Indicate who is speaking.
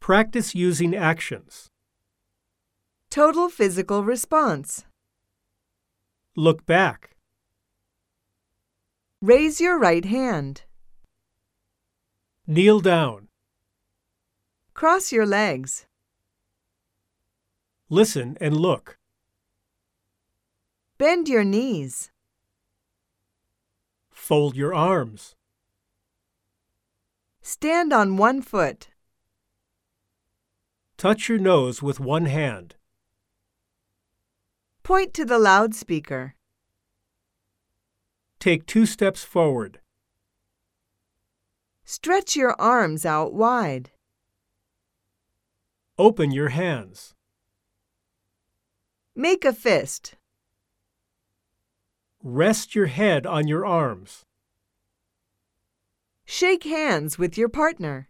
Speaker 1: Practice using actions.
Speaker 2: Total physical response.
Speaker 1: Look back.
Speaker 2: Raise your right hand.
Speaker 1: Kneel down.
Speaker 2: Cross your legs.
Speaker 1: Listen and look.
Speaker 2: Bend your knees.
Speaker 1: Fold your arms.
Speaker 2: Stand on one foot.
Speaker 1: Touch your nose with one hand.
Speaker 2: Point to the loudspeaker.
Speaker 1: Take two steps forward.
Speaker 2: Stretch your arms out wide.
Speaker 1: Open your hands.
Speaker 2: Make a fist.
Speaker 1: Rest your head on your arms.
Speaker 2: Shake hands with your partner.